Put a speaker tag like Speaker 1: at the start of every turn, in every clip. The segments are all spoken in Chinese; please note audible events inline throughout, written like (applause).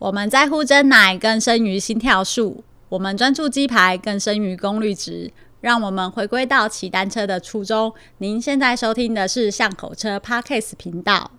Speaker 1: 我们在乎真奶更胜于心跳数，我们专注鸡排更胜于功率值。让我们回归到骑单车的初衷。您现在收听的是巷口车 Podcast 频道。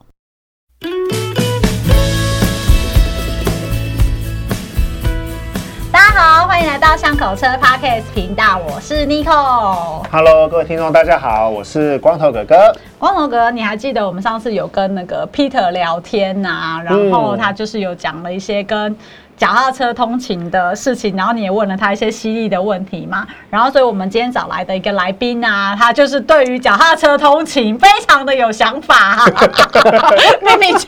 Speaker 1: 大家好，欢迎来到巷口车 Podcast 频道，我是 n i c o
Speaker 2: Hello，各位听众，大家好，我是光头哥哥。
Speaker 1: 光头哥，你还记得我们上次有跟那个 Peter 聊天呐、然后他就是有讲了一些跟脚踏车通勤的事情，然后你也问了他一些犀利的问题嘛。然后，所以我们今天找来的一个来宾啊，他就是对于脚踏车通勤非常的有想法，啊明明就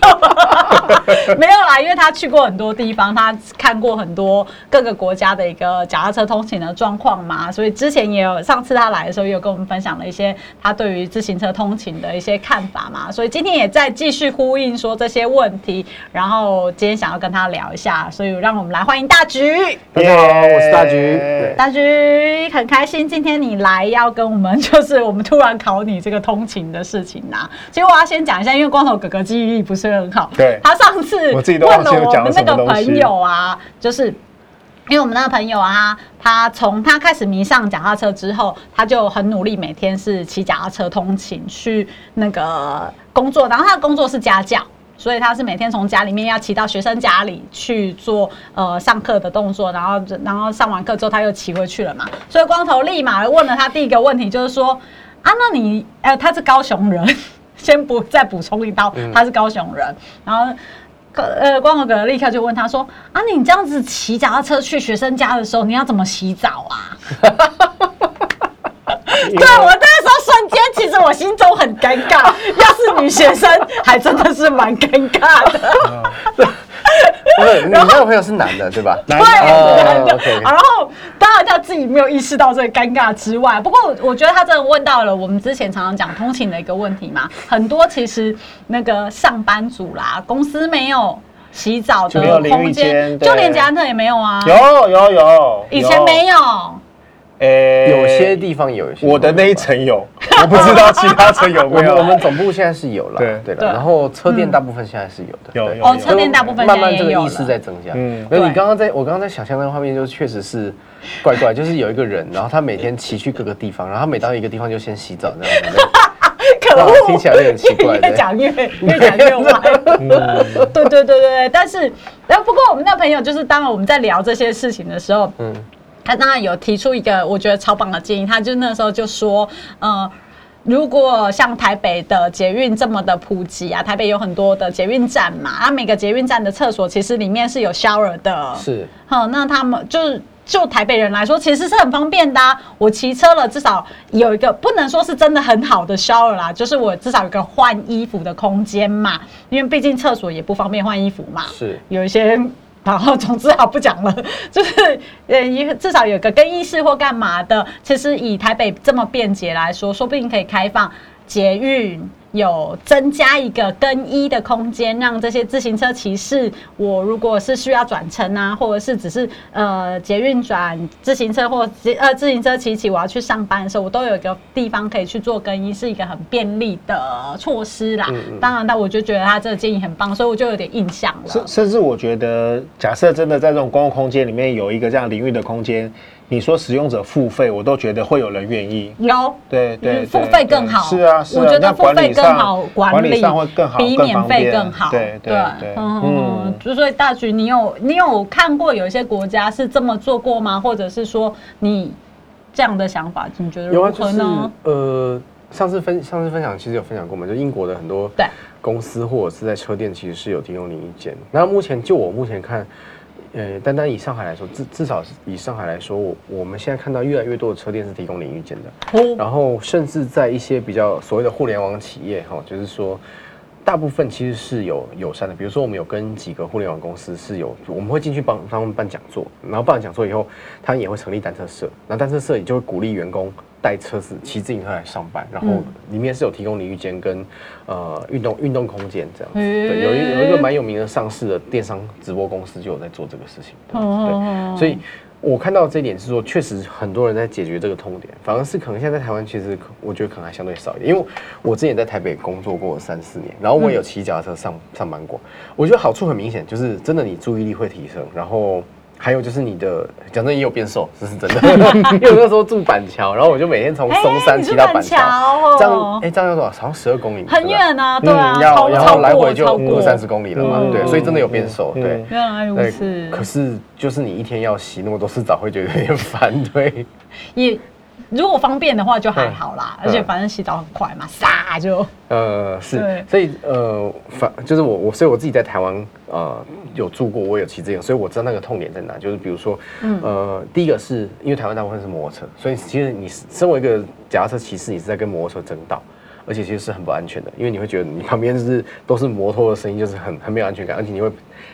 Speaker 1: (laughs) 没有啦，因为他去过很多地方，他看过很多各个国家的一个脚踏车通勤的状况嘛，所以之前也有上次他来的时候，也有跟我们分享了一些他对于自行车通勤的一些看法嘛，所以今天也在继续呼应说这些问题，然后今天想要跟他聊一下，所以让我们来欢迎大橘。
Speaker 3: 大家好我是大橘
Speaker 2: 耶
Speaker 1: 大橘很开心，今天你来要跟我们， (laughs) 就是我们突然考你这个通勤的事情啊。其实我要先讲一下，因为光头哥哥记忆力不是很好，
Speaker 2: 对
Speaker 1: 他上次
Speaker 2: 我自己都忘记
Speaker 1: 问了
Speaker 2: 我
Speaker 1: 我
Speaker 2: 讲
Speaker 1: 们那
Speaker 2: 了什么
Speaker 1: 个
Speaker 2: 东西
Speaker 1: 朋友啊，就是。因为我们那个朋友啊，他从他开始迷上脚踏车之后，他就很努力，每天是骑脚踏车通勤去那个工作，然后他的工作是家教。所以他是每天从家里面要骑到学生家里去做呃上课的动作，然后然后上完课之后他又骑回去了嘛。所以光头立马问了他第一个问题，就是说啊，那你呃他是高雄人， (laughs) 先不再补充一刀，
Speaker 2: 嗯
Speaker 1: 他是高雄人，然后。可呃，光头哥立刻就问他说：“啊，你这样子骑脚踏车去学生家的时候，你要怎么洗澡啊？” (laughs)
Speaker 2: 因为
Speaker 1: 对我那时候瞬间，其实我心中很尴尬。要是女学生，还真的是蛮尴尬的。
Speaker 3: 不是，你那个朋友是男的对吧？
Speaker 2: 来呃
Speaker 3: 哦
Speaker 1: 对，
Speaker 3: OK
Speaker 1: 然后当然他自己没有意识到这个尴尬之外，不过我我觉得他真的问到了我们之前常常讲通勤的一个问题嘛，很多其实那个上班族啦，公司没有洗澡
Speaker 2: 就没有
Speaker 1: 的
Speaker 2: 淋浴
Speaker 1: 空间，
Speaker 2: 间
Speaker 1: 就
Speaker 2: 对
Speaker 1: 连捷安特也没有啊，
Speaker 2: 有有有，
Speaker 1: 以前没有，
Speaker 2: 诶
Speaker 3: 有些地方有一些。
Speaker 2: 我的那一层有，我不知道其他层有
Speaker 3: 我
Speaker 2: 没
Speaker 3: 们 (laughs) 我
Speaker 2: 有。
Speaker 3: 们总部现在是有了，
Speaker 2: 对
Speaker 3: 对
Speaker 1: 对
Speaker 3: 了，然后车店大部分现在是有的，
Speaker 2: 有
Speaker 3: 对
Speaker 2: 有
Speaker 1: 哦，
Speaker 2: 有
Speaker 1: 车店大部分现
Speaker 3: 慢
Speaker 1: 在
Speaker 3: 慢这
Speaker 1: 也
Speaker 3: 个
Speaker 1: 有
Speaker 3: 意
Speaker 1: 了
Speaker 3: 识在增加。
Speaker 2: 嗯
Speaker 3: 嗯，那
Speaker 1: 对
Speaker 3: 你刚刚在我刚刚在想象那个画面，就确实是怪怪，就是有一个人，然后他每天骑去各个地方，然后他每到一个地方就先洗澡这样子。
Speaker 1: 可恶
Speaker 3: 哇，听起来有点奇怪
Speaker 1: 越
Speaker 3: 对
Speaker 1: 讲越越讲越歪。
Speaker 2: 嗯
Speaker 1: 对对对对对，但是，然后不过我们那朋友就是，当然我们在聊这些事情的时候，
Speaker 3: 嗯，
Speaker 1: 他当然有提出一个我觉得超棒的建议，他就那时候就说，呃。如果像台北的捷运这么的普及啊，台北有很多的捷运站嘛，啊，每个捷运站的厕所其实里面是有 shower 的，
Speaker 3: (laughs) 是
Speaker 1: 好，那他们就是就台北人来说，其实是很方便的、啊。我骑车了，至少有一个不能说是真的很好的 shower 啦，就是我至少有个换衣服的空间嘛，因为毕竟厕所也不方便换衣服嘛。
Speaker 3: 是
Speaker 1: 有一些，然后总之啊不讲了， (laughs) 就是呃，一至少有个更衣室或干嘛的。其实以台北这么便捷来说，说不定可以开放捷运。有增加一个更衣的空间，让这些自行车骑士，我如果是需要转乘啊，或者是只是呃捷运转自行车或自呃自行车骑骑，我要去上班的时候，我都有一个地方可以去做更衣，是一个很便利的措施啦。当然，但我就觉得他这个建议很棒，所以我就有点印象了。
Speaker 2: 甚甚至我觉得，假设真的在这种公共空间里面有一个这样淋浴的空间，你说使用者付费，我都觉得会有人愿意。
Speaker 1: 有，
Speaker 2: 对对，
Speaker 1: 嗯付
Speaker 2: 对
Speaker 1: 费更好
Speaker 2: 对是啊，是啊
Speaker 1: 我觉
Speaker 2: 那
Speaker 1: 得付
Speaker 2: 管
Speaker 1: 费
Speaker 2: 理
Speaker 1: 更
Speaker 2: 上
Speaker 1: 好管
Speaker 2: 管理
Speaker 1: 理，
Speaker 2: 上会更好，
Speaker 1: 比
Speaker 2: 更
Speaker 1: 免
Speaker 2: 方
Speaker 1: 费
Speaker 2: 便
Speaker 1: 更好。
Speaker 2: 对对对，
Speaker 1: 嗯，就所以大局，你有你有看过有一些国家是这么做过吗？或者是说你这样的想法，你觉得
Speaker 3: 有啊，
Speaker 1: 如
Speaker 3: 就
Speaker 1: 何
Speaker 3: 是
Speaker 1: 呢？
Speaker 3: 呃，上次分上次分享其实有分享过嘛，就英国的很多
Speaker 1: 对
Speaker 3: 公司或者是在车店其实是有提供淋浴间。那目前就我目前看，呃，单单以上海来说，至至少是以上海来说，我我们现在看到越来越多的车店是提供淋浴间的，
Speaker 1: 哦
Speaker 3: 然后甚至在一些比较所谓的互联网企业哈、就是说。大部分其实是有友善的，比如说我们有跟几个互联网公司是有，我们会进去帮他们办讲座，然后办完讲座以后，他们也会成立单车社，然后单车社也就会鼓励员工带车子骑自行车来上班，然后
Speaker 1: 嗯
Speaker 3: 里面是有提供淋浴间跟呃运动运动空间这样子。
Speaker 1: 嗯
Speaker 3: 对，有
Speaker 1: 嗯
Speaker 3: 一有一个蛮有名的上市的电商直播公司就有在做这个事情。对对
Speaker 1: 哦
Speaker 3: 所以我看到这一点是说，确实很多人在解决这个痛点，反而是可能现在在台湾，其实可我觉得可能还相对少一点，因为我之前在台北工作过三四年，然后我也有骑脚踏车上上班
Speaker 1: 嗯
Speaker 3: 过，我觉得好处很明显，就是真的你注意力会提升，然后。还有就是你的，讲真的也有变瘦，这是真的。
Speaker 1: (laughs)
Speaker 3: 因为我那时候住板桥，然后我就每天从松山
Speaker 1: 哎
Speaker 3: 骑到板桥
Speaker 1: 你住板桥哦，
Speaker 3: 这样哎，这样要多少？好像十二公里，
Speaker 1: 很
Speaker 3: 对吧
Speaker 1: 远啊，对啊，
Speaker 3: 嗯，要
Speaker 1: 超
Speaker 3: 然
Speaker 1: 超
Speaker 3: 后来
Speaker 1: 过
Speaker 3: 回就
Speaker 1: 超
Speaker 3: 二
Speaker 1: 过
Speaker 3: 三十公里了嘛，
Speaker 1: 嗯
Speaker 3: 对，所以真的有变瘦，
Speaker 2: 嗯
Speaker 3: 对。
Speaker 1: 原来如
Speaker 3: 对
Speaker 1: 此，
Speaker 3: 哎可是就是你一天要洗那么多次澡，会觉得有点 (laughs) 烦，对。
Speaker 1: 也如果方便的话就还好啦，
Speaker 3: 嗯
Speaker 1: 而且反正洗澡很快嘛，撒就
Speaker 3: 呃，
Speaker 1: 对
Speaker 3: 是，所以呃，反就是我我，所以我自己在台湾呃有住过，我有骑这个，所以我知道那个痛点在哪。就是比如说，呃，第一个是因为台湾大部分是摩托车，所以其实你是身为一个脚踏车骑士，你是在跟摩托车争道。而且其实是很不安全的，因为你会觉得你旁边就是都是摩托的声音，就是很很没有安全感，而且你会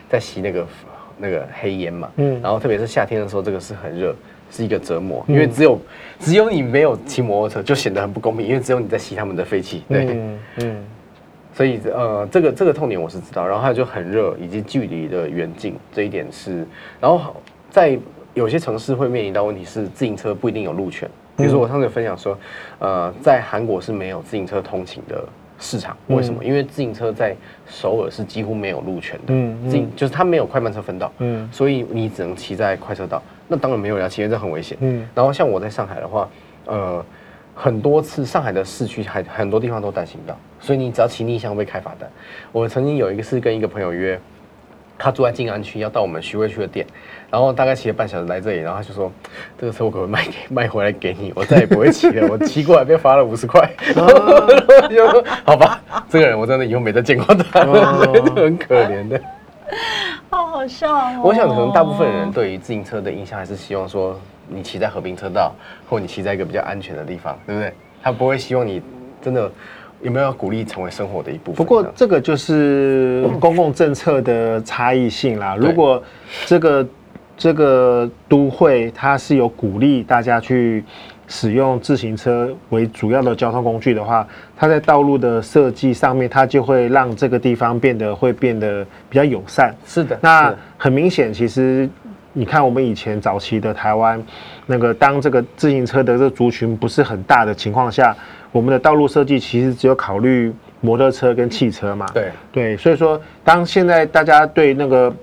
Speaker 3: 在吸那个那个黑烟嘛，
Speaker 2: 嗯
Speaker 3: 嗯，然后特别是夏天的时候，这个是很热，是一个折磨，因为只有只有你没有骑摩托车，就显得很不公平，因为只有你在吸他们的废气，对，
Speaker 2: 嗯嗯，
Speaker 3: 所以呃，这个这个痛点我是知道，然后还有就很热，以及距离的远近这一点是，然后在有些城市会面临到问题是自行车不一定有路权，比如说我上次有分享说，呃，在韩国是没有自行车通勤的市场，为什么？因为自行车在首尔是几乎没有路权的，
Speaker 2: 嗯
Speaker 3: 嗯
Speaker 2: 嗯
Speaker 3: 嗯、就是它没有快慢车分道，
Speaker 2: 嗯
Speaker 3: 嗯，所以你只能骑在快车道，那当然没有人要骑，因为这很危险，
Speaker 2: 嗯
Speaker 3: 嗯，然后像我在上海的话，呃，很多次上海的市区还很多地方都单行道，所以你只要骑逆向会被开罚单。我曾经有一个是跟一个朋友约，他住在静安区，要到我们徐汇区的店，然后大概骑了半小时来这里，然后他就说这个车我可不可以卖给 (laughs) 卖回来给你？我再也不会骑了，我骑过来被罚了五十块。 (laughs) 然后我就说好吧，这个人我真的以后没再见过他了，真的 (laughs) 很可怜的。
Speaker 1: 好好笑哦。
Speaker 3: 我想可能大部分人对于自行车的印象还是希望说你骑在和平车道，或你骑在一个比较安全的地方，对不对？他不会希望你真的有没有要鼓励成为生活的一部分。
Speaker 2: 不过
Speaker 3: 这样
Speaker 2: 这个就是公共政策的差异性啦。
Speaker 3: 对
Speaker 2: 如果这个这个都会它是有鼓励大家去使用自行车为主要的交通工具的话，它在道路的设计上面，它就会让这个地方变得会变得比较友善。
Speaker 3: 是的，是
Speaker 2: 那
Speaker 3: 的
Speaker 2: 很明显，其实你看我们以前早期的台湾，那个当这个自行车的这个族群不是很大的情况下，我们的道路设计其实只有考虑摩托车跟汽车嘛。
Speaker 3: 对
Speaker 2: 对，所以说当现在大家对那个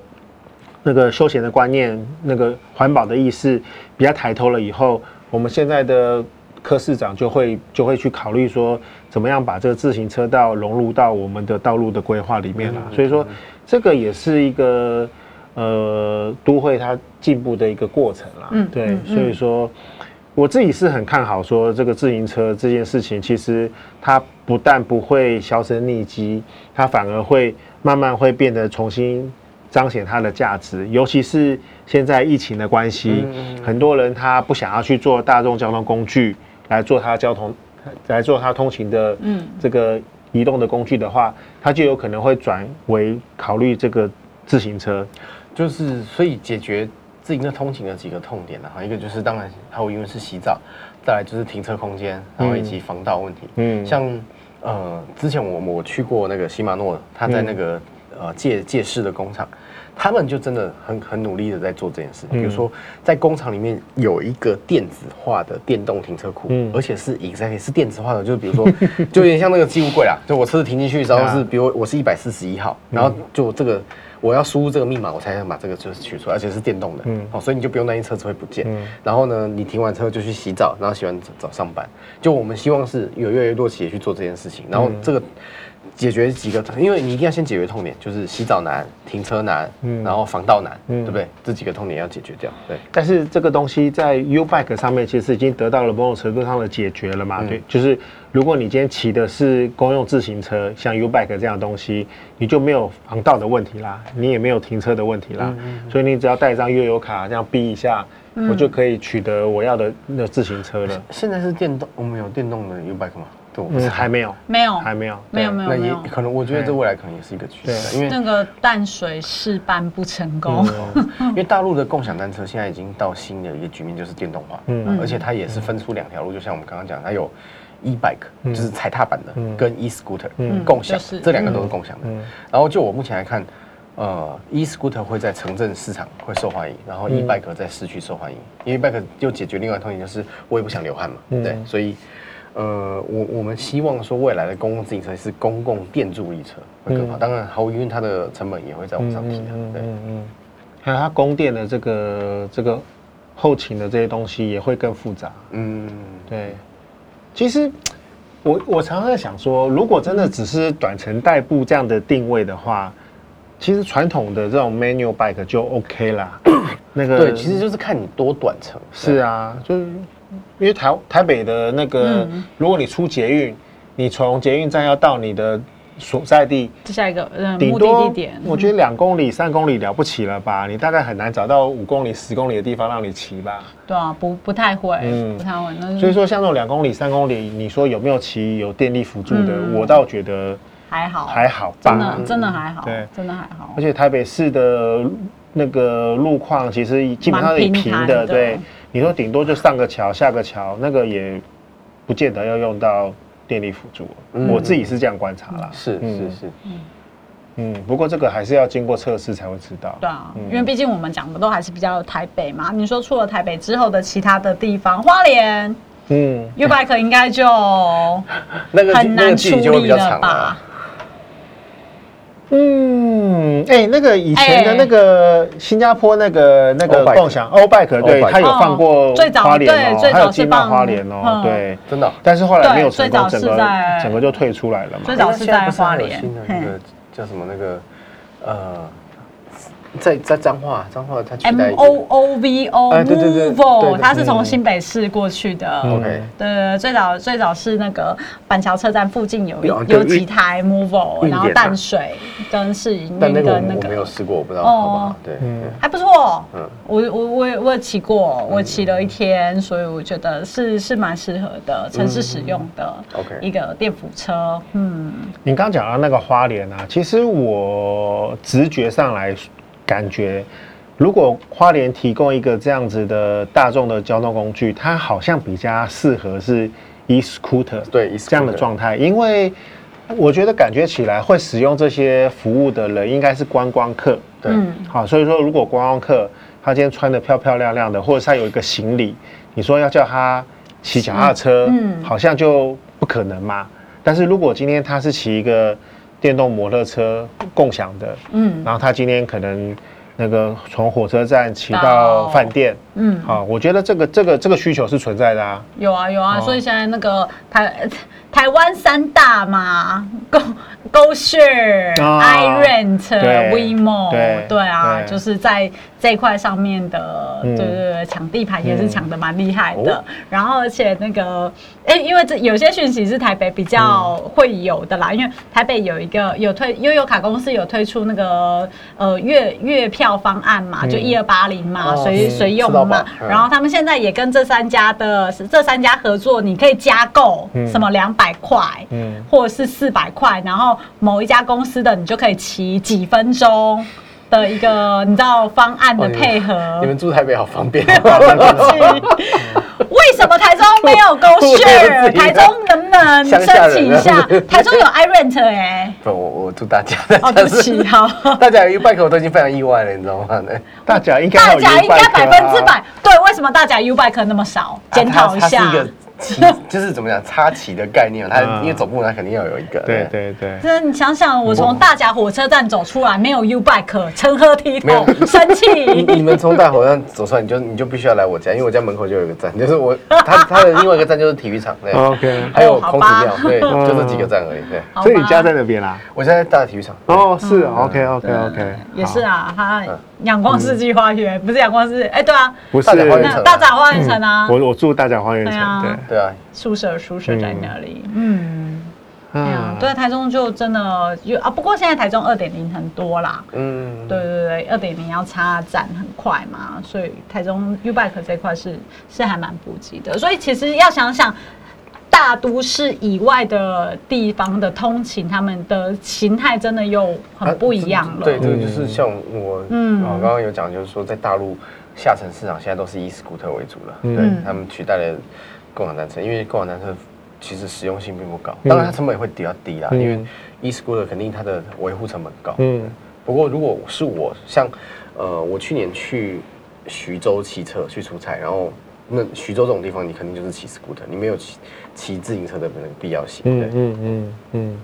Speaker 2: 那个休闲的观念、那个环保的意识比较抬头了以后，我们现在的科市长就会就会去考虑说，怎么样把这个自行车道融入到我们的道路的规划里面啦。所以说，这个也是一个呃都会它进步的一个过程啦。
Speaker 1: 嗯
Speaker 2: 对
Speaker 1: 嗯，嗯
Speaker 2: 所以说。我自己是很看好说这个自行车这件事情，其实它不但不会销声匿迹，它反而会慢慢会变得重新彰显它的价值。尤其是现在疫情的关系，很多人他不想要去做大众交通工具来做他交通来做他通勤的
Speaker 1: 嗯
Speaker 2: 这个移动的工具的话，他就有可能会转为考虑这个自行车。
Speaker 3: 就是所以解决自行车通勤的几个痛点呢，啊哈，一个就是当然还有因为是洗澡，再来就是停车空间，然后以及防盗问题。
Speaker 2: 嗯
Speaker 3: 像呃，之前我我去过那个西马诺，他在那
Speaker 2: 嗯
Speaker 3: 个、呃借借市的工厂，他们就真的很很努力的在做这件
Speaker 2: 嗯
Speaker 3: 事。比如说，在工厂里面有一个电子化的电动停车库，
Speaker 2: 嗯
Speaker 3: 而且是 exactly 是电子化的，就是比如说， (laughs) 就有点像那个机务柜啦，啊就我车子停进去，然
Speaker 2: 嗯
Speaker 3: 后是比如我是一百四十一号，然后就这个。我要输入这个密码，我才能把这个就是取出来，而且是电动的，
Speaker 2: 嗯
Speaker 3: 哦，所以你就不用担心车子会不见。然后呢，你停完车就去洗澡，然后洗完澡上班。就我们希望是有越来越多企业去做这件事情，然后
Speaker 2: 嗯
Speaker 3: 这个解决几个，因为你一定要先解决痛点，就是洗澡难、停车难，
Speaker 2: 嗯
Speaker 3: 然后防盗难，对不对？这几个痛点要解决掉。对，
Speaker 2: 但是这个东西在 U Bike 上面其实已经得到了某种程度上的解决了嘛？
Speaker 1: 嗯
Speaker 2: 对，就是如果你今天骑的是公用自行车，像 U Bike 这样的东西，你就没有防盗的问题啦，你也没有停车的问题
Speaker 1: 嗯
Speaker 2: 啦，所以你只要带一张悠游卡这样逼一下，我就可以取得我要的那自行车了。
Speaker 3: 现在是电动，我们有电动的 U bike 吗？对，我不
Speaker 2: 嗯，
Speaker 3: 知道
Speaker 2: 还没有，
Speaker 1: 没有
Speaker 2: 还没有，
Speaker 1: 没有没有
Speaker 3: 那
Speaker 1: 没
Speaker 3: 也
Speaker 1: 有，
Speaker 3: 可能，我觉得这未来可能也是一个趋势，因为嗯
Speaker 1: 那个淡水试办不成功，
Speaker 2: 嗯
Speaker 3: 因为大陆的共享单车现在已经到新的一个局面，就是电动化，
Speaker 2: 嗯
Speaker 3: 嗯，而且它也是分出两条路，就像我们刚刚讲，它有 e bike，、就是踩踏板的，跟 e scooter，、
Speaker 2: 嗯
Speaker 3: 共享，
Speaker 1: 就是
Speaker 3: 这两个都是共享的。然后就我目前来看，呃，e scooter 会在城镇市场会受欢迎，然
Speaker 2: 嗯
Speaker 3: 后 e bike 在市区受欢迎，因为 bike 又解决另外一个痛点，就是我也不想流汗嘛，
Speaker 2: 嗯
Speaker 3: 对，所以，呃，我我们希望说未来的公共自行车是公共电助力车会更好，当然毫无疑问它的成本也会再往上提的，啊对，
Speaker 2: 嗯，还有它供电的这个这个后勤的这些东西也会更复杂。
Speaker 3: 嗯，
Speaker 2: 对，其实我我常常在想说，如果真的只是短程代步这样的定位的话，其实传统的这种 manual bike 就 OK 啦。那个
Speaker 3: 对，其实就是看你多短程，
Speaker 2: 是啊，就是因为台台北的那个，
Speaker 1: 嗯
Speaker 2: 如果你出捷运，你从捷运站要到你的所在地，
Speaker 1: 这下一个嗯
Speaker 2: 顶
Speaker 1: 目的
Speaker 2: 多
Speaker 1: 地点，
Speaker 2: 我觉得两公里、三公里了不起了吧？你大概很难找到五公里、十公里的地方让你骑吧。
Speaker 1: 对啊，不不太会，
Speaker 2: 嗯
Speaker 1: 不太会，那
Speaker 2: 所
Speaker 1: 就
Speaker 2: 以说，像那种两公里、三公里，你说有没有骑有电力辅助的，
Speaker 1: 嗯
Speaker 2: 我倒觉得
Speaker 1: 还好，
Speaker 2: 还好
Speaker 1: 真
Speaker 2: 吧
Speaker 1: 的。真的还
Speaker 3: 嗯
Speaker 1: 好
Speaker 2: 对，
Speaker 1: 真的还好
Speaker 2: 而。且台北市的那个路况其实基本上是
Speaker 1: 蛮
Speaker 2: 平
Speaker 1: 平坦的
Speaker 2: 的，对。你说顶多就上个桥、下个桥，那个也不见得要用到电力辅助。
Speaker 3: 嗯
Speaker 2: 我自己是这样观察啦。
Speaker 3: 是
Speaker 2: 嗯
Speaker 3: 是是，
Speaker 2: 嗯，不过这个还是要经过测试才会知道。嗯
Speaker 1: 对
Speaker 3: 嗯
Speaker 1: 啊，因为毕竟我们讲的都还是比较台北嘛。你说除了台北之后的其他的地方，花
Speaker 3: (laughs)
Speaker 1: 莲
Speaker 2: 嗯，
Speaker 1: U bike 应该就
Speaker 3: 那个距
Speaker 1: 很
Speaker 3: 那个
Speaker 1: 难
Speaker 3: 距
Speaker 1: 处
Speaker 3: 离就会
Speaker 1: 理
Speaker 3: 比较
Speaker 1: 了
Speaker 3: 长
Speaker 1: 吧
Speaker 3: 啊。？
Speaker 2: 嗯，哎、那个以前的
Speaker 1: 哎
Speaker 2: 那个新加坡那个那个
Speaker 3: Obike
Speaker 2: 共享 O Bike，对，
Speaker 3: Obike
Speaker 2: 他有放过
Speaker 1: 哦最早
Speaker 2: 花莲哦，
Speaker 1: 对最早
Speaker 2: 还有
Speaker 1: 是
Speaker 2: 金茂
Speaker 1: 放
Speaker 2: 花莲哦，
Speaker 1: 嗯
Speaker 2: 对，
Speaker 3: 真的哦
Speaker 2: 但是后来没有
Speaker 1: 对最
Speaker 2: 成功，
Speaker 1: 早
Speaker 2: 整
Speaker 1: 是
Speaker 2: 个
Speaker 1: 在
Speaker 2: 整个就退出来了嘛
Speaker 1: 最。早是在花
Speaker 3: 哎那
Speaker 1: 莲
Speaker 3: 现在不是还
Speaker 1: 嘿
Speaker 3: 有新的那个叫什么那个呃，在在彰化，彰化它取代
Speaker 1: M
Speaker 3: 一个
Speaker 1: O O V O
Speaker 3: 哎对对对对
Speaker 1: Movo，
Speaker 3: 对嗯
Speaker 1: 它是从新北市过去的。
Speaker 3: OK
Speaker 1: 对对对，最早最早是那个板桥车站附近有一
Speaker 3: 有啊对
Speaker 1: 有几台 Movo，
Speaker 3: 运
Speaker 1: 然后
Speaker 3: 点啊
Speaker 1: 淡水跟市营
Speaker 3: 但那
Speaker 1: 运
Speaker 3: 个我
Speaker 1: 跟
Speaker 3: 们
Speaker 1: 那
Speaker 3: 我没有
Speaker 1: 个
Speaker 3: 试过，我不知道好不好
Speaker 1: 哦。
Speaker 3: 对，
Speaker 2: 嗯
Speaker 3: 对
Speaker 1: 还不错。
Speaker 3: 嗯
Speaker 1: 我我我也我也骑过，我骑了一天，所以我觉得是是蛮适合的城市使用的
Speaker 3: OK
Speaker 1: 一个电扶车。嗯，
Speaker 2: 你刚刚讲到那个花莲啊，其实我直觉上来感觉，如果花莲提供一个这样子的大众的交通工具，它好像比较适合是 e scooter
Speaker 3: 对，e-scooter
Speaker 2: 这样的状态，因为我觉得感觉起来会使用这些服务的人应该是观光客，
Speaker 3: 对
Speaker 1: 嗯
Speaker 2: 好，所以说如果观光客他今天穿的漂漂亮亮的，或者是他有一个行李，你说要叫他骑脚踏车，
Speaker 1: 嗯
Speaker 2: 好像就不可能嘛。但是如果今天他是骑一个电动摩托车共享的，
Speaker 1: 嗯
Speaker 2: 然后他今天可能那个从火车站骑到
Speaker 1: 到
Speaker 2: 饭店，
Speaker 1: 嗯
Speaker 2: 好，我觉得这个这个这个需求是存在的啊。
Speaker 1: 有啊有啊，
Speaker 2: 哦
Speaker 1: 所以现在那个台 (laughs) 台湾三大嘛，Go Go Share、
Speaker 2: 啊
Speaker 1: iRent、
Speaker 2: 对
Speaker 1: WeMo，
Speaker 2: 对
Speaker 1: 对啊，
Speaker 2: 对
Speaker 1: 就是在这一块上面的，
Speaker 2: 嗯
Speaker 1: 对对对，抢地盘也是抢的蛮厉害
Speaker 3: 哦
Speaker 1: 的。然后而且那个，哎，因为这有些讯息是台北比较会有的啦，因为台北有一个有推悠游卡公司有推出那个呃月月票方案嘛，就一二八零嘛，
Speaker 3: 哦
Speaker 1: 随
Speaker 3: 嗯
Speaker 1: 随用
Speaker 3: 吃到
Speaker 1: 嘛
Speaker 3: 饱，嗯
Speaker 1: 然后。他们现在也跟这三家的这三家合作，你可以加购
Speaker 2: 嗯
Speaker 1: 什么两百块，
Speaker 2: 嗯
Speaker 1: 或者是四百块，然后某一家公司的你就可以骑几分钟的一个你知道方案的
Speaker 3: 哦你们
Speaker 1: 配合。
Speaker 3: 你们住台北好方便哦。
Speaker 1: 为什么台中没有 Go
Speaker 3: 我
Speaker 1: Share？
Speaker 3: 也不知道
Speaker 1: 台中能不能
Speaker 3: 乡下
Speaker 1: 申
Speaker 3: 人
Speaker 1: 请一下
Speaker 3: 啊 (laughs) 对？
Speaker 1: 台中有 iRent 哎、
Speaker 3: (laughs) 不，我我祝大家。
Speaker 1: 哦，对不起，好。
Speaker 3: (laughs) 大家有一半口我都已经非常意外了，你知道吗？对
Speaker 2: 大甲应该
Speaker 1: 大
Speaker 2: 要有
Speaker 1: 甲应该
Speaker 2: U-bike
Speaker 1: 百
Speaker 2: 啊
Speaker 1: 分之百对，为什么大甲 U bike 那么少？检讨一
Speaker 3: 啊它它
Speaker 1: 下
Speaker 3: 是。一个旗，就是怎么讲插旗的概念，它
Speaker 2: 嗯
Speaker 3: 因为总部它肯定要有一个。
Speaker 2: 对对对。
Speaker 1: 真的，你想想，我从大甲火车站走出来，没有 U bike，成何体
Speaker 3: 没
Speaker 1: 统？
Speaker 3: 有
Speaker 1: 生
Speaker 3: 你你
Speaker 1: 气。
Speaker 3: 们从大火上走出来，你就你就必须要来我家，因为我家门口就有一个站，就是我它它的 (laughs) 另外一个站就是体育场，对，
Speaker 2: OK，
Speaker 3: 还有
Speaker 1: 哦好
Speaker 3: 孔子
Speaker 1: 吧
Speaker 3: 庙，对，
Speaker 2: 嗯
Speaker 3: 就这几个站而已，对。
Speaker 1: 好吧嗯
Speaker 2: 所以你家在那边啦？
Speaker 3: 我现在在大体育场，
Speaker 2: 哦，是 OK OK OK，
Speaker 1: 也是啊，他阳光世纪花园不是阳光世界，哎，对啊，
Speaker 2: 不是
Speaker 3: 大甲花园
Speaker 1: 那
Speaker 3: 城
Speaker 1: 大甲花园城啊，
Speaker 2: 嗯我我住大甲花园
Speaker 1: 对
Speaker 2: 城，
Speaker 1: 啊
Speaker 2: 对。
Speaker 3: 对啊，
Speaker 1: 宿舍宿舍在那里，嗯，
Speaker 2: 对
Speaker 1: 对啊，对，台中就真的就啊，不过现在台中二点零很多啦，
Speaker 3: 嗯，
Speaker 1: 对对对，二点零要插站很快嘛，所以台中 U Bike 这块是是还蛮普及的，所以其实要想想。大都市以外的地方的通勤，他们的形态真的又很不一样了。
Speaker 3: 对，啊
Speaker 2: 嗯
Speaker 3: 这个就是像我，
Speaker 1: 嗯
Speaker 3: 嗯，我刚刚有讲，就是说在大陆下沉市场现在都是以 scooter 为主了，
Speaker 2: 嗯
Speaker 3: 对他们取代了共享单车，因为共享单车其实实用性并不高，当然它成本也会比较低啦，
Speaker 2: 嗯
Speaker 3: 因为 e scooter 肯定它的维护成本高，
Speaker 2: 嗯
Speaker 3: 不过如果是我，像呃，我去年去徐州骑车去出差，然后那徐州这种地方，你肯定就是骑 scooter，你没有骑骑自行车的那个必要性。对
Speaker 2: 嗯，嗯嗯嗯，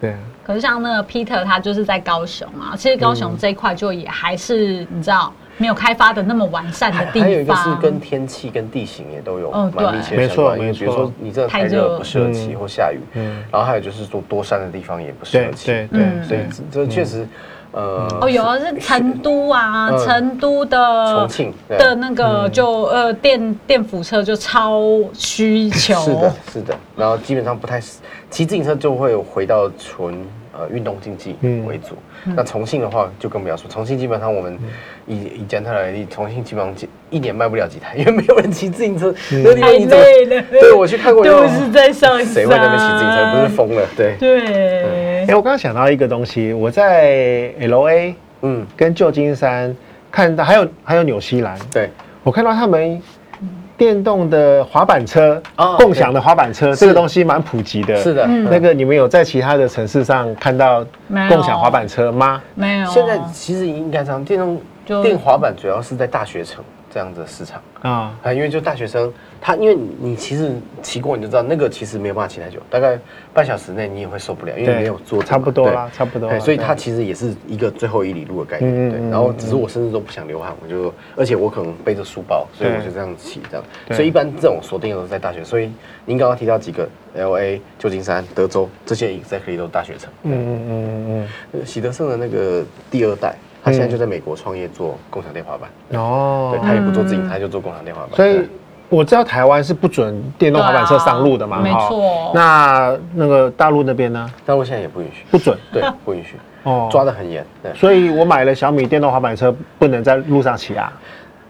Speaker 2: 对啊，
Speaker 1: 可是像那个 Peter 他就是在高雄啊，其实
Speaker 3: 嗯
Speaker 1: 高雄这一块就也还是你知道没有开发的那么完善的
Speaker 3: 还
Speaker 1: 地方。
Speaker 3: 还有一个是跟天气跟地形也都有
Speaker 1: 哦对
Speaker 3: 蛮密切
Speaker 2: 没
Speaker 3: 的
Speaker 2: 错
Speaker 3: 相关，因为
Speaker 2: 没
Speaker 3: 比如
Speaker 2: 错
Speaker 3: 说你真的太
Speaker 1: 太热
Speaker 3: 热不适合骑
Speaker 2: 嗯
Speaker 3: 或下雨，
Speaker 2: 嗯
Speaker 3: 然后还有就是说多山的地方也不适
Speaker 2: 对
Speaker 3: 合骑，
Speaker 2: 对
Speaker 1: 嗯
Speaker 2: 对
Speaker 3: 所以
Speaker 2: 对，
Speaker 3: 这这确实，呃，
Speaker 1: 哦，有啊，是成都啊，
Speaker 3: 嗯
Speaker 1: 成都的
Speaker 3: 重庆对
Speaker 1: 的那个就、呃电电辅车就超需求，
Speaker 3: 是的，是的。然后基本上不太骑自行车就会回到纯呃运动竞技
Speaker 2: 嗯
Speaker 3: 为主。那重庆的话就更不要说，重庆基本上我们
Speaker 2: 嗯
Speaker 3: 以以检特来例，重庆基本上几一年卖不了几台，因为没有人骑自行车。
Speaker 2: 嗯
Speaker 3: 那地
Speaker 1: 太
Speaker 3: 方你怎么？
Speaker 1: 累了，
Speaker 3: 对我去看过，
Speaker 1: 肚子在上山，
Speaker 3: 谁会在那边骑自行车？不是疯嗯了？对，
Speaker 1: 对
Speaker 2: 哎、，我刚刚想到一个东西，我在 L A
Speaker 3: 嗯，
Speaker 2: 跟旧金山看到，还有还有纽西兰，
Speaker 3: 对，
Speaker 2: 我看到他们电动的滑板车，
Speaker 3: 哦
Speaker 2: 共享的滑板车，
Speaker 3: 是
Speaker 2: 这个东西蛮普及的。
Speaker 3: 是的。
Speaker 1: 嗯
Speaker 2: 那个你们有在其他的城市上看到
Speaker 1: 没有
Speaker 2: 共享滑板车吗？
Speaker 1: 没有。啊
Speaker 3: 现在其实应该这样，电动
Speaker 1: 就
Speaker 3: 电滑板主要是在大学城这样的市场。
Speaker 2: 啊、
Speaker 3: 啊，因为就大学生，他因为你其实骑过你就知道，那个其实没有办法骑太久，大概半小时内你也会受不了，因为
Speaker 2: 对
Speaker 3: 没有坐着嘛
Speaker 2: 差不多啦
Speaker 3: 对
Speaker 2: 差不多啦
Speaker 3: 对所以它
Speaker 2: 对
Speaker 3: 其实也是一个最后一里路的概念。
Speaker 2: 嗯嗯
Speaker 3: 对，
Speaker 2: 嗯
Speaker 3: 然后只是我甚至都不想流汗，我就而且我可能背着书包，所以
Speaker 2: 对
Speaker 3: 我就这样骑这样。
Speaker 2: 对
Speaker 3: 所以一般这种锁定的都是在大学，所以您刚刚提到几个 L A、旧金山、德州这些 exactly 都是大学城。
Speaker 2: 嗯嗯嗯嗯
Speaker 3: 呃喜德盛的那个第二代，他现在
Speaker 2: 嗯
Speaker 3: 就在美国创业做共享电滑板，
Speaker 2: 嗯，哦
Speaker 3: 对，他也不做自营，他就做共享电滑板。
Speaker 2: 所以
Speaker 3: 对。
Speaker 2: 我知道台湾是不准电动滑板车上路的嘛，
Speaker 1: 对啊
Speaker 2: 哈
Speaker 1: 没错
Speaker 2: 那那个大陆那边呢？
Speaker 3: 大陆现在也不允许，
Speaker 2: 不准 (laughs)
Speaker 3: 对，不允许，
Speaker 2: 哦，
Speaker 3: 抓得很严。对，
Speaker 2: 所以我买了小米电动滑板车，不能在路上骑啊。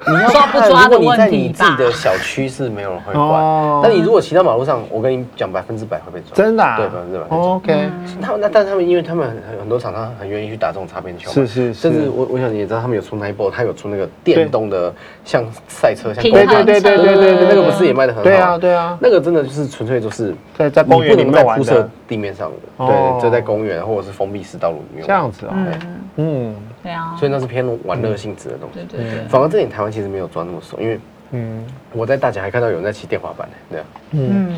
Speaker 3: 你要
Speaker 1: 抓不抓的
Speaker 3: 如果你在
Speaker 1: 问题吧
Speaker 3: 你自己的小区是没有人会
Speaker 2: 哦
Speaker 3: 管，但你如果骑到马路上，我跟你讲，百分之百会被抓。
Speaker 2: 真的、啊？
Speaker 3: 对，百分之百会被抓。
Speaker 2: OK，
Speaker 1: 嗯
Speaker 3: 他们那，但是他们因为他们很很多厂商很愿意去打这种擦边球嘛，
Speaker 2: 是是是
Speaker 3: 甚至我我想你也知道，他们有出 n i b o 他有出那个电动的，像赛车，像
Speaker 1: 平
Speaker 3: 公
Speaker 1: 衡
Speaker 2: 对对
Speaker 3: 车
Speaker 2: 对对对对对，
Speaker 3: 那个不是也卖得很好？
Speaker 2: 对啊对啊，
Speaker 3: 那个真的就是纯粹就是
Speaker 2: 在在公园里
Speaker 3: 你不能
Speaker 2: 面
Speaker 3: 在
Speaker 2: 玩
Speaker 3: 铺设
Speaker 2: 的，
Speaker 3: 地面上的，
Speaker 2: 哦
Speaker 3: 对，就在公园或者是封闭式道路里面玩。
Speaker 2: 这样子哦。
Speaker 1: 嗯，
Speaker 2: 嗯
Speaker 1: 对啊，
Speaker 3: 所以那是偏玩乐性质的东西
Speaker 1: 对。对对，
Speaker 3: 反而这点台湾其实没有抓那么松，因为
Speaker 2: 嗯
Speaker 3: 我在大甲还看到有人在骑电滑板呢，对啊，
Speaker 2: 嗯。
Speaker 1: 嗯，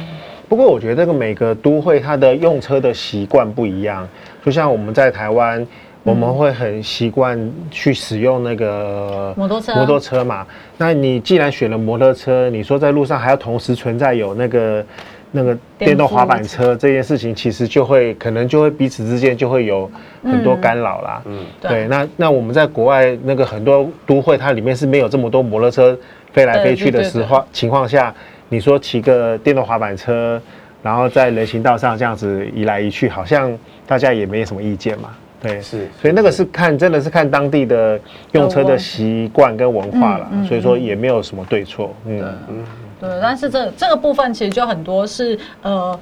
Speaker 2: 不过我觉得这个每个都会它的用车的习惯不一样，就像我们在台湾。我们会很习惯去使用那个
Speaker 1: 摩托车
Speaker 2: 摩托车嘛。那你既然选了摩托车，你说在路上还要同时存在有那个那个电动滑板车这件事情，其实就会可能就会彼此之间就会有很多干扰啦。
Speaker 3: 嗯，
Speaker 1: 对
Speaker 2: 对，那那我们在国外那个很多都会，它里面是没有这么多摩托车飞来飞去的
Speaker 1: 对对对
Speaker 2: 时况情况下，你说骑个电动滑板车，然后在人行道上这样子移来移去，好像大家也没什么意见嘛。对，
Speaker 3: 是
Speaker 2: 所以那个是看真的是看当地的用车的习惯跟文化啦，
Speaker 1: 嗯嗯
Speaker 2: 所以说也没有什么对错。嗯，
Speaker 1: 对，但是这这个部分其实就很多是呃。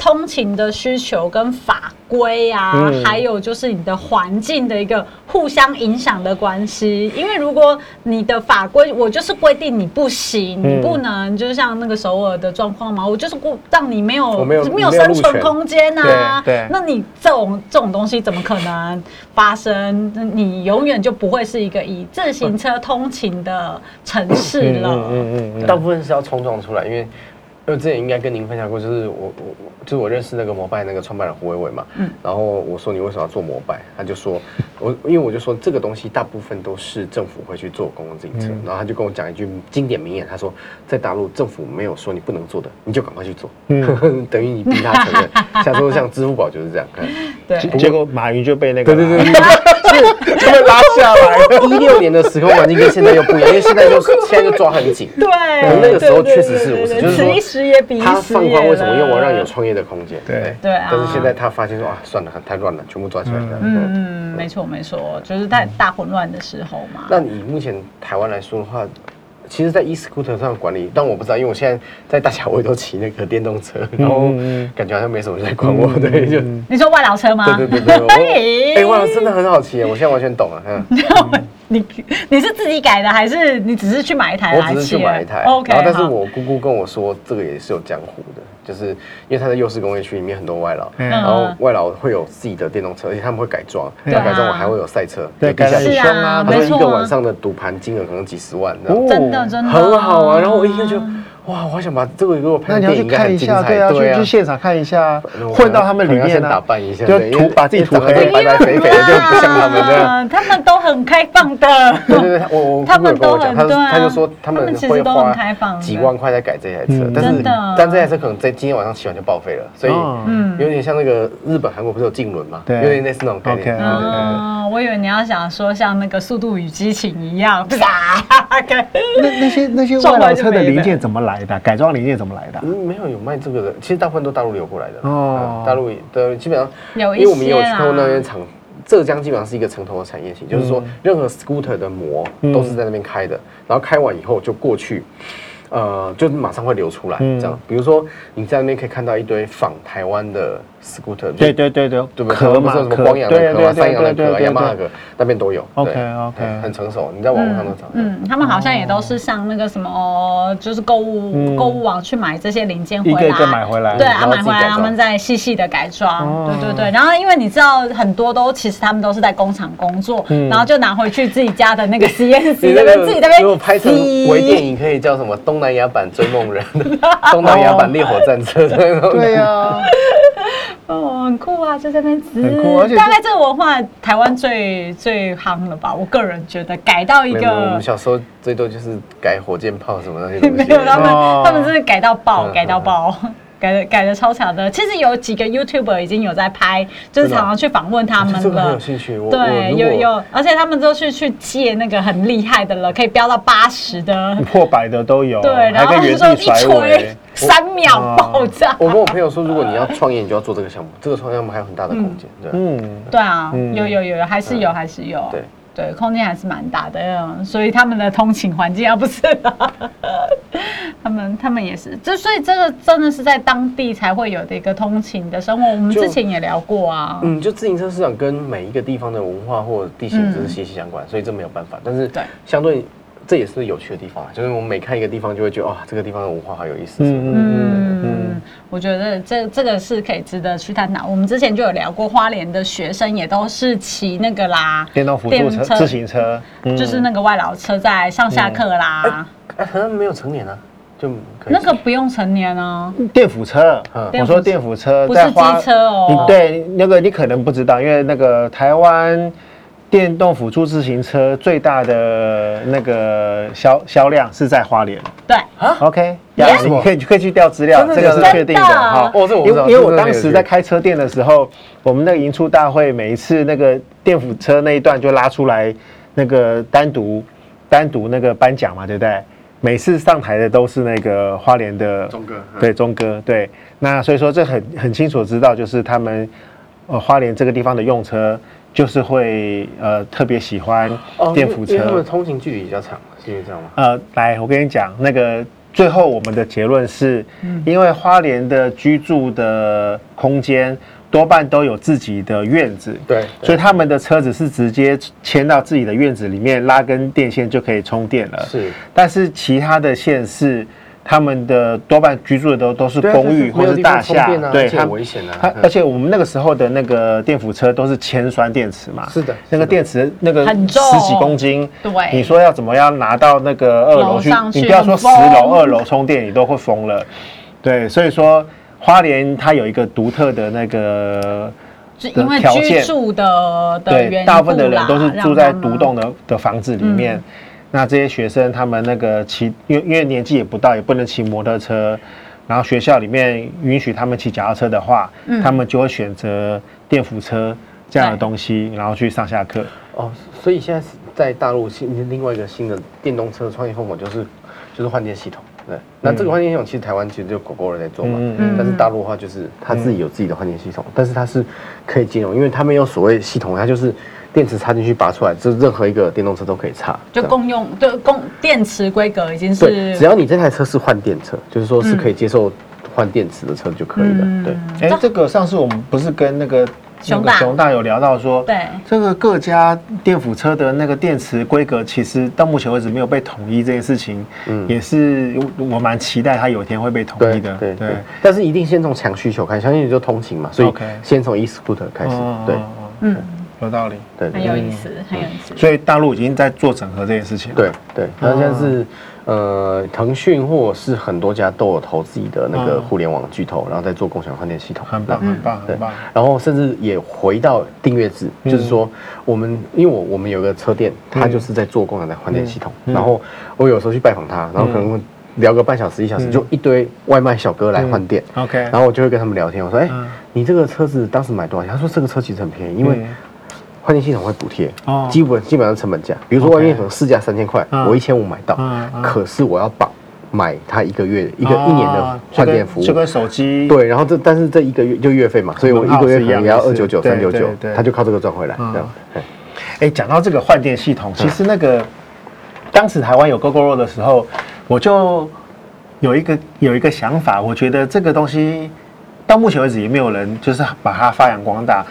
Speaker 1: 通勤的需求跟法规啊，
Speaker 2: 嗯
Speaker 1: 还有就是你的环境的一个互相影响的关系。因为如果你的法规，我就是规定你不行，
Speaker 2: 嗯
Speaker 1: 你不能，就像那个首尔的状况嘛，我就是故让你没有
Speaker 3: 我没有没有
Speaker 1: 生
Speaker 3: 路
Speaker 1: 存
Speaker 3: 权
Speaker 1: 空间啊。
Speaker 2: 对对
Speaker 1: 那你这种这种东西怎么可能发生？你永远就不会是一个以自行车通勤的城市了。
Speaker 2: 嗯
Speaker 3: 大部分是要冲撞出来，因为。因为之前应该跟您分享过，就是我我我就是我认识那个摩拜那个创办人胡伟伟嘛，
Speaker 1: 嗯
Speaker 3: 然后我说你为什么要做摩拜，他就说，我因为我就说这个东西大部分都是政府会去做公共自行车，
Speaker 2: 嗯
Speaker 3: 然后他就跟我讲一句经典名言，他说在大陆政府没有说你不能做的，你就赶快去做，
Speaker 2: 嗯
Speaker 3: (laughs) 等于你逼他承认，像说像支付宝就是这样，
Speaker 1: 对，
Speaker 2: 结结果马云就被那个
Speaker 3: 对对对，
Speaker 2: 就被拉下来了。
Speaker 3: 一六年的时空环境跟现在又不一样，因为现在就现在就抓很紧。
Speaker 1: (laughs) 对，
Speaker 3: 嗯那个时候
Speaker 1: 对
Speaker 3: 确实是
Speaker 1: 对
Speaker 3: 我是
Speaker 1: 对
Speaker 3: 就是
Speaker 1: 此
Speaker 3: 说
Speaker 1: 一时也彼一时也
Speaker 3: 他
Speaker 1: 了。
Speaker 3: 放宽为什么？因为我要让有创业的空间。
Speaker 2: 对
Speaker 1: 对啊
Speaker 3: 但是现在他发现说啊，算了，太乱了，全部抓起来了。
Speaker 1: 嗯
Speaker 3: 嗯。
Speaker 1: 嗯，没错没错，就是在大混乱的时候嘛。
Speaker 3: 那你目前台湾来说的话，其实，在 e scooter 上管理，但我不知道，因为我现在在大峡我也都骑那个电动车，
Speaker 2: 嗯
Speaker 3: 然后
Speaker 1: 嗯
Speaker 3: 感觉好像没什么人在管我，对，就。
Speaker 1: 你说外劳车吗？
Speaker 3: 对对对对，我哎，
Speaker 1: 哎
Speaker 3: 哇，真的很好骑，我现在完全懂了。嗯，
Speaker 1: (laughs) 你你是自己改的，还是你只是去买一台
Speaker 3: 我
Speaker 1: 来骑？
Speaker 3: 只是去买一台，
Speaker 1: OK，
Speaker 3: 然后但是
Speaker 1: 好
Speaker 3: 我姑姑跟我说，这个也是有江湖的，就是因为它在幼师工业区里面很多外劳，
Speaker 2: 嗯啊
Speaker 3: 然后外劳会有自己的电动车，而且他们会改装，那改装完还会有赛车，
Speaker 2: 对
Speaker 3: 有地下
Speaker 2: 改
Speaker 3: 车
Speaker 2: 装
Speaker 1: 是啊，
Speaker 3: 他说
Speaker 1: 没
Speaker 3: 一
Speaker 1: 错
Speaker 3: 个
Speaker 1: 啊
Speaker 3: 晚上的赌盘金额可能几十万，这样
Speaker 2: 哦
Speaker 1: 真的真的嗯
Speaker 3: 很好啊。然后我一看就，哇，我好想把这个如果
Speaker 2: 那
Speaker 3: 拍
Speaker 2: 你
Speaker 3: 成
Speaker 2: 要
Speaker 3: 电影
Speaker 2: 去
Speaker 3: 应该
Speaker 2: 看
Speaker 3: 很
Speaker 2: 一
Speaker 3: 精
Speaker 2: 下，
Speaker 3: 彩，
Speaker 2: 对啊，去
Speaker 3: 啊
Speaker 2: 去。现场看一下
Speaker 3: 可能，我
Speaker 2: 混到他们里
Speaker 3: 可能要
Speaker 2: 面
Speaker 3: 先
Speaker 2: 啊
Speaker 3: 打扮一下，
Speaker 2: 就
Speaker 3: 对因
Speaker 2: 涂
Speaker 3: 为
Speaker 2: 把自己涂
Speaker 3: 长得
Speaker 2: 黑
Speaker 3: 白白肥肥的就不像他们这样。
Speaker 1: 啊 (laughs) 他们都很开放的。
Speaker 3: 对对对，我我
Speaker 1: 他
Speaker 3: 姑姑
Speaker 1: 们
Speaker 3: 有跟我
Speaker 1: 都
Speaker 3: 讲，
Speaker 1: 很
Speaker 3: 他
Speaker 1: 对啊
Speaker 3: 他就说他
Speaker 1: 他
Speaker 3: 们
Speaker 1: 们其实
Speaker 3: 会
Speaker 1: 都很开放
Speaker 3: 花
Speaker 1: 的
Speaker 3: 几万块在改这台车
Speaker 2: 嗯，
Speaker 3: 但是
Speaker 1: 真的
Speaker 3: 但这台车可能在今天晚上骑完就报废了，所以
Speaker 2: 哦
Speaker 1: 嗯
Speaker 3: 有点像那个日本、韩国不是有禁轮嘛，
Speaker 2: 对
Speaker 3: 有点类似那种概念。
Speaker 2: OK
Speaker 3: 对对对
Speaker 1: 哦，我以为你要想说像那个《速度与激情》一样， (laughs) 啪，
Speaker 2: 那那些那些
Speaker 1: 撞
Speaker 2: 外
Speaker 1: 坏
Speaker 2: 劳
Speaker 1: 就
Speaker 2: 车
Speaker 1: 没
Speaker 2: 的
Speaker 1: 了
Speaker 2: 零件怎么来的啊？改装零件怎么来的啊？
Speaker 3: 嗯，没有有卖这个的，其实大部分都大陆流过来的。
Speaker 2: 哦
Speaker 3: 哦，大陆也对，基本上
Speaker 1: 有一
Speaker 3: 因为我们也有
Speaker 1: 些啊
Speaker 3: 去看过那
Speaker 1: 啦
Speaker 3: 边厂，浙江基本上是一个城投的产业型，就是说
Speaker 2: 嗯
Speaker 3: 任何 scooter 的膜都是在那边开的，然后开完以后就过去。呃，就马上会流出来，
Speaker 2: 嗯
Speaker 3: 这样。比如说，你在那边可以看到一堆仿台湾的 scooter，
Speaker 2: 对对对对，
Speaker 3: 对不对？
Speaker 2: 壳
Speaker 3: 不
Speaker 2: 嘛
Speaker 3: 是有什么
Speaker 2: 壳，
Speaker 3: 光阳的壳啊、
Speaker 2: 对对
Speaker 3: 三阳的
Speaker 2: 对对
Speaker 3: 壳啊、
Speaker 2: 对
Speaker 3: 雅马哈
Speaker 2: 对
Speaker 3: 壳，那边都有。对
Speaker 2: OK，OK
Speaker 3: 很很成熟，你在网络上都找得到。哦
Speaker 1: 嗯，他们好像也都是上那个什么，就是购物
Speaker 2: 嗯
Speaker 1: 购物网去买这些零件回
Speaker 2: 一
Speaker 1: 来，
Speaker 2: 个一个买回来
Speaker 1: 对，
Speaker 3: 然
Speaker 1: 啊，
Speaker 3: 后
Speaker 1: 买
Speaker 3: 自己
Speaker 1: 回来
Speaker 3: 改装
Speaker 1: 他们再细细的改装，
Speaker 2: 哦
Speaker 1: 对对对。然后因为你知道很多都其实他们都是在工厂工作，
Speaker 2: 嗯
Speaker 1: 然后就拿回去自己家的
Speaker 3: (laughs)
Speaker 1: 那个 CNC
Speaker 3: 你
Speaker 1: 那
Speaker 3: 那
Speaker 1: 边自己在那
Speaker 3: 如果
Speaker 1: 边
Speaker 3: 拍成
Speaker 1: 洗
Speaker 3: 微电影，可以叫什么东南亚版《追梦人》、
Speaker 1: (laughs)
Speaker 3: 东南亚版《烈火战车》那种。
Speaker 2: 对啊呀，
Speaker 1: 哦，很酷啊，就在那边直
Speaker 2: 很酷而且这
Speaker 1: 大概这个文化台湾最最夯了吧？我个人觉得改到一
Speaker 3: 没有，没有我
Speaker 1: 个
Speaker 3: 们。小时候最多就是改火箭炮什么那些东西。
Speaker 1: (laughs) 没有，他们、
Speaker 2: 哦
Speaker 1: 他们真的改到爆，
Speaker 3: 嗯
Speaker 1: 改到爆。改的改的超强的，其实有几个 YouTuber 已经有在拍，就是
Speaker 3: 真的啊
Speaker 1: 常常去访问他
Speaker 3: 我
Speaker 1: 们
Speaker 3: 对这个很
Speaker 1: 了
Speaker 3: 有。兴趣。我
Speaker 1: 对，有。
Speaker 3: 我如果
Speaker 1: 有，而且他们都去去借那个很厉害的了，可以飙到八十的，
Speaker 2: (laughs)
Speaker 3: 嗯
Speaker 2: 破百的都有，
Speaker 1: 对，然
Speaker 2: 还
Speaker 1: 后
Speaker 2: 可
Speaker 1: 就
Speaker 2: 以原
Speaker 1: 说
Speaker 2: 地
Speaker 1: 一
Speaker 2: 甩尾
Speaker 1: 锤。
Speaker 3: 欸
Speaker 1: 三秒爆炸。
Speaker 3: 我跟我朋友说，如果你要创业，你就要做这个项目，这个创业项目还有很大的空间。对啊，
Speaker 2: 嗯，
Speaker 1: 对啊，
Speaker 2: 嗯
Speaker 1: 有有有有，还是有还是有。
Speaker 3: 对
Speaker 1: 对，空间还是蛮大的，嗯所以他们的通勤环境啊，不是 (laughs) 啦，他们他们也是，这所以这个真的是在当地才会有的一个通勤的生活。我们
Speaker 3: 就
Speaker 1: 之前也聊过啊，
Speaker 3: 嗯，就自行车市场跟每一个地方的文化或地形真是息息相关，所以这没有办法。但是
Speaker 1: 嗯对
Speaker 3: 相对这也是有趣的地方啊，就是我们每看一个地方就会觉得哇、哦这个地方的文化好有意思。
Speaker 2: 嗯
Speaker 3: 嗯
Speaker 2: 嗯
Speaker 3: 嗯，
Speaker 1: 嗯，我觉得这这个是可以值得去探讨。我们之前就有聊过，花莲的学生也都是骑那个啦，
Speaker 2: 电动辅助车、
Speaker 1: 电车
Speaker 2: 自行车，嗯
Speaker 1: 就是那个外劳车在上下课啦，
Speaker 3: 哎、好像没有成年啊，就可以
Speaker 1: 那个不用成年哦、
Speaker 2: 电辅车
Speaker 3: 嗯，
Speaker 2: 我说电辅车
Speaker 1: 不是
Speaker 2: 在花
Speaker 1: 机车哦
Speaker 2: 你对那个你可能不知道，因为那个台湾电动辅助自行车最大的那个销销量是在花莲。
Speaker 1: 对，
Speaker 3: 啊
Speaker 2: OK，
Speaker 3: Yeah
Speaker 2: 你可以可以去调资料，
Speaker 3: 真的
Speaker 2: 这个
Speaker 3: 假
Speaker 2: 是
Speaker 3: 的
Speaker 2: 确定的
Speaker 1: 真的
Speaker 2: 哈。
Speaker 3: 哦这我不
Speaker 2: 因
Speaker 3: 知道
Speaker 2: 为因为我
Speaker 3: 这个很
Speaker 2: 当
Speaker 3: 有趣
Speaker 2: 时在开车店的时候，我们那个迎出大会，每一次那个电辅车那一段就拉出来那个单独单独那个颁奖嘛，对不对？每次上台的都是那个花莲的
Speaker 3: 钟哥嗯
Speaker 2: 对钟哥，对。那所以说这很很清楚知道，就是他们呃花莲这个地方的用车，就是会呃特别喜欢
Speaker 3: 哦，
Speaker 2: 电辅车。
Speaker 3: 因为他们通勤距离比较长，是因为这样吗？
Speaker 2: 呃，来，我跟你讲，那个最后我们的结论是，
Speaker 3: 嗯
Speaker 2: 因为花莲的居住的空间多半都有自己的院子，
Speaker 3: 对对
Speaker 2: 所以他们的车子是直接牵到自己的院子里面，拉根电线就可以充电了。
Speaker 3: 是，
Speaker 2: 但是其他的县市。他们的多半居住的都都是
Speaker 3: 对啊
Speaker 2: 公
Speaker 3: 对
Speaker 2: 寓
Speaker 3: 啊
Speaker 2: 或者
Speaker 3: 没有地方
Speaker 2: 大厦
Speaker 3: 充电啊，而且
Speaker 2: 它
Speaker 3: 很危险啊
Speaker 2: 它
Speaker 3: 嗯
Speaker 2: 而且我们那个时候的那个电辅车都是铅酸电池嘛，
Speaker 3: 是的
Speaker 2: 那个
Speaker 3: 是的
Speaker 2: 电池那个
Speaker 1: 很重
Speaker 2: 十几公斤，
Speaker 1: 对
Speaker 2: 你说要怎么样拿到那个二楼去
Speaker 1: 哎楼上？去
Speaker 2: 你不要说
Speaker 1: 很
Speaker 2: 十
Speaker 1: 疯
Speaker 2: 楼、二楼充电，你都会疯了。对，所以说花莲它有一个独特的那个
Speaker 1: 就因为
Speaker 2: 条
Speaker 1: 居
Speaker 2: 件
Speaker 1: 住的的
Speaker 2: 对，
Speaker 1: 缘
Speaker 2: 大部分的
Speaker 1: 故啦
Speaker 2: 人都是住在
Speaker 1: 让他
Speaker 2: 独
Speaker 1: 们
Speaker 2: 栋的的房子里面。那这些学生他们那个骑，因为因为年纪也不大，也不能骑摩托车，然后学校里面允许他们骑脚踏车的话，
Speaker 1: 嗯
Speaker 2: 他们就会选择电扶车这样的
Speaker 1: 对
Speaker 2: 东西，然后去上下课。
Speaker 3: 哦，所以现在是在大陆新另外一个新的电动车的创业风口就是就是换电系统。对，那这个换电系统其实台湾其实就狗狗人在做嘛，
Speaker 2: 嗯
Speaker 1: 嗯
Speaker 3: 但是大陆的话就是它自己有自己的换电系统，但是它是可以兼容，因为它没有所谓系统，它就是电池插进去拔出来，这任何一个电动车都可以插。
Speaker 1: 就
Speaker 3: 这样
Speaker 1: 共用对共电池规格已经
Speaker 3: 对，
Speaker 1: 是
Speaker 3: 只要你这台车是换电车，就是
Speaker 1: 嗯
Speaker 3: 说是可以接受换电池的车就可以了。对，
Speaker 2: 哎哎，这个上次我们不是跟那个
Speaker 1: 熊大
Speaker 2: 熊大有聊到说，
Speaker 1: 对
Speaker 2: 这个各家电辅车的那个电池规格，其实到目前为止没有被统一这件事情，
Speaker 3: 嗯
Speaker 2: 也是我我蛮期待它有一天会被统一的。
Speaker 3: 对对，但是一定先从强需求开始，强需求就通勤嘛，所以
Speaker 2: OK
Speaker 3: 先从 e scooter 开始
Speaker 2: 哦，
Speaker 3: 对
Speaker 2: 哦哦
Speaker 1: 嗯，
Speaker 2: 有道理。
Speaker 3: 对
Speaker 1: 很
Speaker 3: 对
Speaker 1: 有意思，很有意思。
Speaker 2: 嗯所以大陆已经在做整合这件事情。，
Speaker 3: 对对，那现在是呃，腾讯或是很多家都有投自己的那个
Speaker 2: 嗯
Speaker 3: 互联网巨头，然后再做共享换电系统，
Speaker 2: 很棒，嗯很棒，
Speaker 3: 嗯对
Speaker 2: 很棒。，
Speaker 3: 然后甚至也回到订阅制，
Speaker 2: 嗯
Speaker 3: 就是说我们因为我我们有个车店，它就是在做共享的换电系统，
Speaker 2: 嗯
Speaker 3: 然后我有时候去拜访他，然后可能聊个半小时一小时，
Speaker 2: 嗯
Speaker 3: 就一堆外卖小哥来换电。
Speaker 2: OK，
Speaker 3: 然后我就会跟他们聊天，我说：“哎、
Speaker 2: 嗯
Speaker 3: 你这个车子当时买多少钱？”他说：“这个车其实很便宜，因为
Speaker 2: 嗯
Speaker 3: 换电系统会补贴，
Speaker 2: 哦
Speaker 3: 基本基本上成本价。比如说
Speaker 2: OK
Speaker 3: 外面可能市价三千块，
Speaker 2: 嗯
Speaker 3: 我一千五买到，
Speaker 2: 嗯嗯
Speaker 3: 可是我要绑买它一个月一个一年的
Speaker 2: 哦
Speaker 3: 换电服务，
Speaker 2: 就跟就跟手机
Speaker 3: 对，然后这但是这一个月就月费嘛，所以我一个月可能也要二
Speaker 2: 门号是
Speaker 3: 九
Speaker 2: 一
Speaker 3: 九、
Speaker 2: 样的
Speaker 3: 三
Speaker 2: 意
Speaker 3: 九
Speaker 2: 思对
Speaker 3: 九
Speaker 2: 对，对
Speaker 3: 他就靠这个赚回来。
Speaker 2: 嗯
Speaker 3: 这样，嘿
Speaker 2: 哎，讲到这个换电系
Speaker 3: 嗯
Speaker 2: 统，其实那个、当时台湾有 GoGoRo 的时候，我就有一个有一个想法，我觉得这个东西到目前为止也没有人就是把它发扬光大。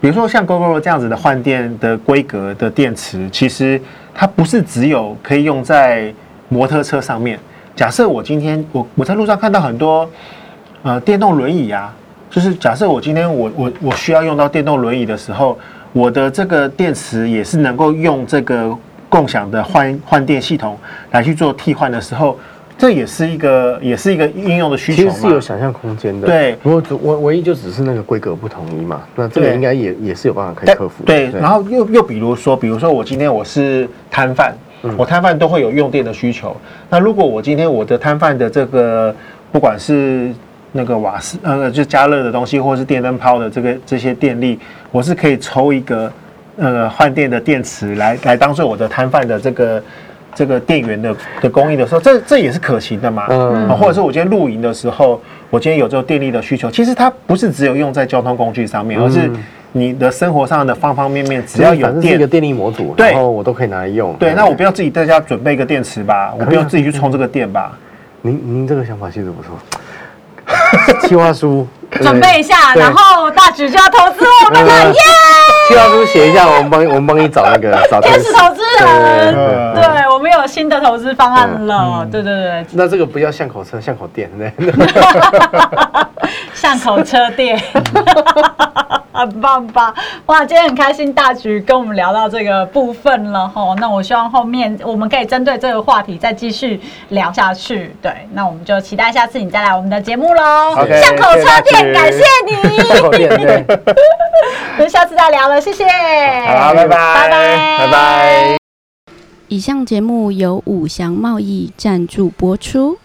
Speaker 2: 比如说像 GoGoRo 这样子的换电的规格的电池，其实它不是只有可以用在摩托车上面。假设我今天我我在路上看到很多呃电动轮椅啊，就是假设我今天我我我需要用到电动轮椅的时候，我的这个电池也是能够用这个共享的换换电系统来去做替换的时候，这也是一个也是一个应用的需
Speaker 3: 其
Speaker 2: 求
Speaker 3: 实是有
Speaker 2: 嘛。
Speaker 3: 想象空间的。
Speaker 2: 对
Speaker 3: 不过只我唯一就只是那个规格不统一嘛，那这个
Speaker 2: 对
Speaker 3: 应该也也是有办法可以
Speaker 2: 但
Speaker 3: 克服的。
Speaker 2: 对，然后又又比如说，比如说我今天我是摊贩，
Speaker 3: 嗯
Speaker 2: 我摊贩都会有用电的需求。那如果我今天我的摊贩的这个不管是那个瓦斯，呃，就加热的东西，或是电灯泡的这个这些电力，我是可以抽一个呃换电的电池来来当做我的摊贩的这个这个电源的的供应的时候，这这也是可行的嘛。
Speaker 3: 嗯
Speaker 2: 嗯，或者是我今天露营的时候，我今天有这个电力的需求，其实它不是只有用在交通工具上
Speaker 3: 嗯
Speaker 2: 面，而是你的生活上的方方面面，只
Speaker 3: 只
Speaker 2: 要
Speaker 3: 要
Speaker 2: 有
Speaker 3: 有电一个
Speaker 2: 电。
Speaker 3: 电力模组，
Speaker 2: 对
Speaker 3: 然后我都可以拿来用。
Speaker 2: 对，
Speaker 3: 嗯
Speaker 2: 那我不要自己在家准备一个电池吧，我不
Speaker 3: 可
Speaker 2: 用
Speaker 3: 以啊
Speaker 2: 自己去充这个电吧。
Speaker 3: 您您这个想法其实不错， (laughs) 计划书
Speaker 1: 准备一下，
Speaker 3: 对
Speaker 1: 然后大举就要投资我们了，
Speaker 3: 嗯
Speaker 1: 耶！
Speaker 3: 计划书写一下，我们帮你我们帮你找那个找
Speaker 1: 天使投资人，
Speaker 3: 对对对
Speaker 2: 对嗯
Speaker 1: 对我们有新的投资方案了，对对对，对
Speaker 3: 那这个不叫巷口车，巷口店，对 (laughs)
Speaker 1: 巷口车店，很棒吧？哇，今天很开心，大局跟我们聊到这个部分了吼。那我希望后面我们可以针对这个话题再继续聊下去。对，那我们就期待下次你再来我们的节目喽。
Speaker 2: OK，
Speaker 1: 巷口车店，
Speaker 2: 谢谢大局
Speaker 1: 感谢你，
Speaker 3: 巷口店对。
Speaker 1: 我们下次再聊了，谢谢，
Speaker 2: 好，拜拜，
Speaker 1: 拜拜
Speaker 2: 拜拜。
Speaker 4: 以上节目由五祥贸易赞助播出。